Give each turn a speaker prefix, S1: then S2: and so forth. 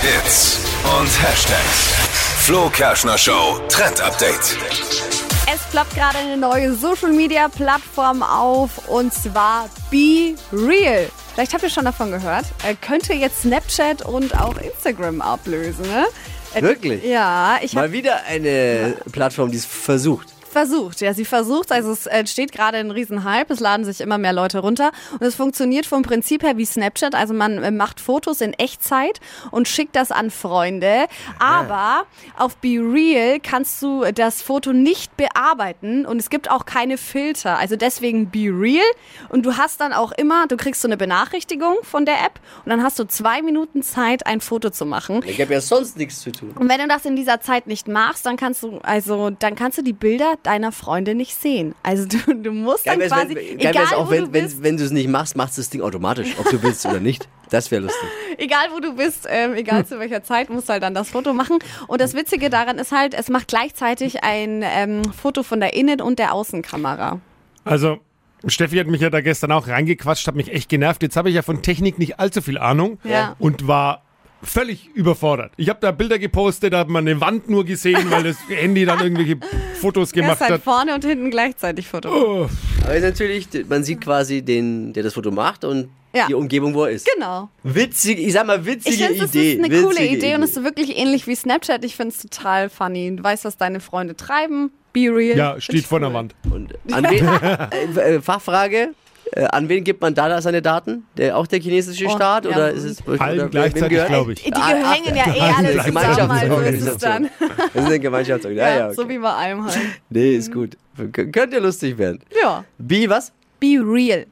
S1: Hits und Hashtags. Flo Kerschner Show Trend Update.
S2: Es ploppt gerade eine neue Social Media Plattform auf und zwar Be Real. Vielleicht habt ihr schon davon gehört. Äh, könnte jetzt Snapchat und auch Instagram ablösen, ne? Äh,
S3: Wirklich?
S2: Ja, ich
S3: Mal
S2: habe
S3: wieder eine Plattform, die es versucht.
S2: versucht. Ja, sie versucht. Also es entsteht gerade ein Riesenhype. Es laden sich immer mehr Leute runter. Und es funktioniert vom Prinzip her wie Snapchat. Also man äh, macht Fotos in Echtzeit und schickt das an Freunde. Aber auf Be Real kannst du das Foto nicht bearbeiten und es gibt auch keine Filter. Also deswegen Be Real. Und du hast dann auch immer, du kriegst so eine Benachrichtigung von der App und dann hast du zwei Minuten Zeit, ein Foto zu machen.
S3: Ich habe ja sonst nichts zu tun.
S2: Und wenn du das in dieser Zeit nicht machst, dann kannst du, also, dann kannst du die Bilder deiner Freunde nicht sehen. Also du, du musst dann
S3: Geil wär's,
S2: quasi,
S3: wenn, geil
S2: egal
S3: wär's
S2: wo
S3: auch,
S2: du
S3: wenn,
S2: bist,
S3: wenn, wenn du es nicht machst, macht das Ding automatisch, ob du willst oder nicht. Das wäre lustig.
S2: egal wo du bist, ähm, egal zu welcher Zeit, musst du halt dann das Foto machen. Und das Witzige daran ist halt, es macht gleichzeitig ein ähm, Foto von der Innen- und der Außenkamera.
S4: Also, Steffi hat mich ja da gestern auch reingequatscht, hat mich echt genervt. Jetzt habe ich ja von Technik nicht allzu viel Ahnung
S2: Ja.
S4: und war völlig überfordert. Ich habe da Bilder gepostet, da hat man eine Wand nur gesehen, weil das Handy dann irgendwelche Fotos
S2: Du
S4: gemacht
S2: kannst halt
S4: hat.
S2: vorne und hinten gleichzeitig Foto.
S3: Aber ist natürlich, man sieht quasi den, der das Foto macht und
S2: Ja.
S3: die Umgebung, wo er ist.
S2: Genau.
S3: Witzig, ich sag mal,
S2: Ich
S3: witzige
S2: finde, das ist
S3: Idee.
S2: eine
S3: witzige
S2: coole Idee, und es ist wirklich ähnlich wie Snapchat. Ich finde es total funny. Du weißt, was deine Freunde treiben. Be real.
S4: Ja,
S2: Find
S4: steht
S2: ich
S4: vor der
S2: cool.
S4: Wand.
S3: Und an wen, äh, äh, Fachfrage, äh, an wen gibt man da da seine Daten? Der, auch der chinesische
S2: Oh,
S3: Staat?
S2: ja.
S3: oder ist es, oder,
S4: Allen
S3: wem
S4: gleichzeitig,
S3: gehört-
S4: glaube ich.
S2: Die
S3: Ah, ah,
S2: hängen ja eh
S4: das
S2: alle
S4: ist
S2: zusammen, also ist es dann.
S3: Das ist eine Gemeinschaftsorganisation. Ja, ja,
S2: So
S3: okay.
S2: wie bei allem halt.
S3: Nee, ist gut. Kön- Könnte lustig werden.
S2: Ja.
S3: Wie, was?
S2: Be real.